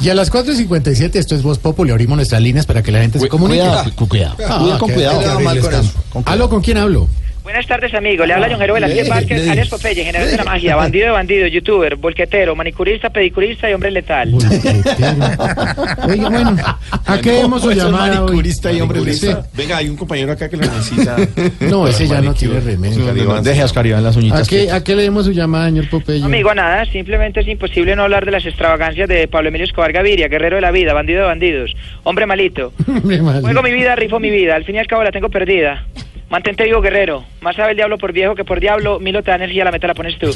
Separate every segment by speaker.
Speaker 1: Y a las 4.57, esto es Voz Populi, abrimos nuestras líneas para que la gente se comunique.
Speaker 2: Cuidado, cu- cuidado.
Speaker 1: Ah,
Speaker 2: Cuidado, con
Speaker 1: qué-
Speaker 2: cuidado.
Speaker 1: qué terrible estamos. Aló, ¿con quién hablo?
Speaker 3: Buenas tardes, amigo. Le habla John Jero de la
Speaker 2: Ah, le
Speaker 3: Tía
Speaker 2: dije, le
Speaker 3: Parker,
Speaker 2: dije.
Speaker 3: alias Popeye, general de la magia, bandido de bandido, youtuber, volquetero, manicurista, pedicurista y hombre letal.
Speaker 1: Oye, bueno, ¿a qué hemos su
Speaker 2: Pues,
Speaker 1: llamada hoy?
Speaker 2: manicurista y hombre
Speaker 1: Manicurista.
Speaker 2: listo. Venga, hay un compañero acá que lo necesita.
Speaker 1: No, ese ya no
Speaker 2: Manicure.
Speaker 1: tiene remedio.
Speaker 2: Oscar Iván, Deje a Oscar Iván las
Speaker 1: ¿A
Speaker 2: uñitas.
Speaker 1: qué,
Speaker 2: quietas.
Speaker 1: ¿A qué le hemos su llamada, señor Popeye?
Speaker 3: Amigo, nada, simplemente es imposible no hablar de las extravagancias de Pablo Emilio Escobar Gaviria, guerrero de la vida, bandido de bandidos, hombre malito.
Speaker 1: Hombre, madre.
Speaker 3: Juego mi vida, rifo mi vida, al fin y al cabo la tengo perdida. Mantente vivo, guerrero. Más sabe el diablo por viejo que por diablo, Milo te da energía, la meta la pones tú.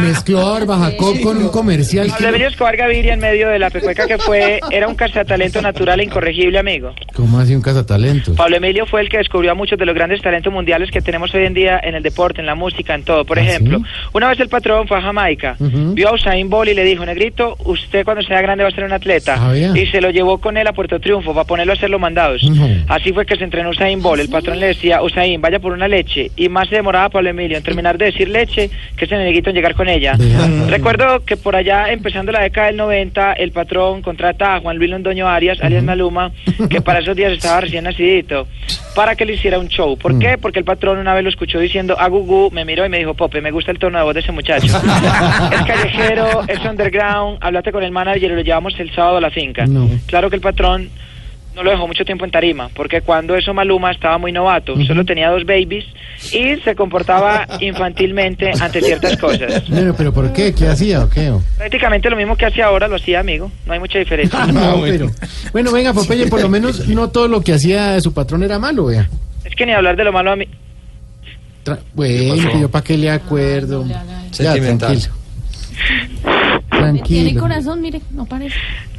Speaker 1: Mezcló a Barbajacop con un comercial.
Speaker 3: Pablo Emilio
Speaker 1: Que...
Speaker 3: Escobar Gaviria, en medio de la pecueca que fue, era un cazatalento natural e incorregible, amigo.
Speaker 1: ¿Cómo hace un cazatalentos?
Speaker 3: Pablo Emilio fue el que descubrió a muchos de los grandes talentos mundiales que tenemos hoy en día en el deporte, en la música, en todo. Por
Speaker 1: ¿Ah,
Speaker 3: ejemplo,
Speaker 1: sí?
Speaker 3: una vez el patrón fue a Jamaica,
Speaker 1: Ujú.
Speaker 3: vio a Usain Bolt y le dijo, negrito, usted cuando sea grande va a ser un atleta.
Speaker 1: Ah, bien.
Speaker 3: Y se lo llevó con él a Puerto Triunfo para ponerlo a hacer los mandados.
Speaker 1: Ujú.
Speaker 3: Así fue que se entrenó Usain Bolt. El patrón le decía, Usain, vaya por una leche. Y más se demoraba Pablo Emilio en terminar de decir leche que se negrito en llegar con ella.
Speaker 1: Vea.
Speaker 3: Recuerdo que por allá, empezando la década del 90, el patrón contrata a Juan Luis Londoño Arias, alias Maluma, que para esos días estaba recién nacidito, para que le hiciera un show.
Speaker 1: Mm.
Speaker 3: ¿Por qué? Porque el patrón una vez lo escuchó diciendo a Gugu, me miró y me dijo, Pope, me gusta el tono de voz de ese muchacho. es callejero, es underground, hablaste con el manager y lo llevamos el sábado a la finca.
Speaker 1: No.
Speaker 3: Claro que el patrón no lo dejó mucho tiempo en tarima, porque cuando eso Maluma estaba muy novato, solo tenía dos babies y se comportaba infantilmente ante ciertas cosas.
Speaker 1: Bueno, ¿Pero por qué? ¿Qué hacía o qué? o?
Speaker 3: Prácticamente lo mismo que hace ahora lo hacía, amigo. No hay mucha diferencia.
Speaker 1: No,
Speaker 2: bueno.
Speaker 1: pero- Bueno, venga, Popeye, por lo menos no todo lo que hacía su patrón era malo, vea.
Speaker 3: es que ni hablar de lo malo a mí.
Speaker 1: Tra- Bueno, que yo para qué le acuerdo. Ya,
Speaker 2: Sentimental.
Speaker 1: tranquilo.
Speaker 4: Tiene
Speaker 1: Tranquilo.
Speaker 4: corazón, mire, no parece.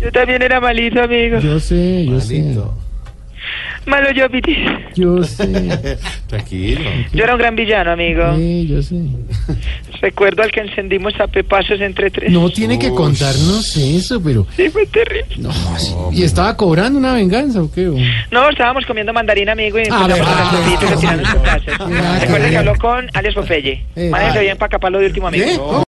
Speaker 3: Yo también era malito, amigo.
Speaker 1: Yo sé, yo sé.
Speaker 2: Ah, Listo.
Speaker 3: Malo yo, Piti.
Speaker 1: Yo sé.
Speaker 2: Tranquilo.
Speaker 3: Yo era un gran villano, amigo.
Speaker 1: Sí, yo sé.
Speaker 3: Recuerdo al que encendimos a pepazos entre tres.
Speaker 1: No tiene que
Speaker 2: Ush.
Speaker 1: contarnos eso, pero.
Speaker 3: Sí, fue terrible.
Speaker 1: No, sí. ¿Y estaba cobrando una venganza o qué? o?
Speaker 3: No, estábamos comiendo mandarina, amigo, y
Speaker 1: Ah,
Speaker 3: empezamos
Speaker 1: ah,
Speaker 3: a
Speaker 1: ah,
Speaker 3: retirando sus casas.
Speaker 1: ah,
Speaker 3: Recuerda que
Speaker 1: ah,
Speaker 3: habló con Alias Popeye.
Speaker 1: Eh,
Speaker 3: Manéjense
Speaker 1: ah.
Speaker 3: bien para acá, para lo de último, amigo.
Speaker 1: ¿Eh?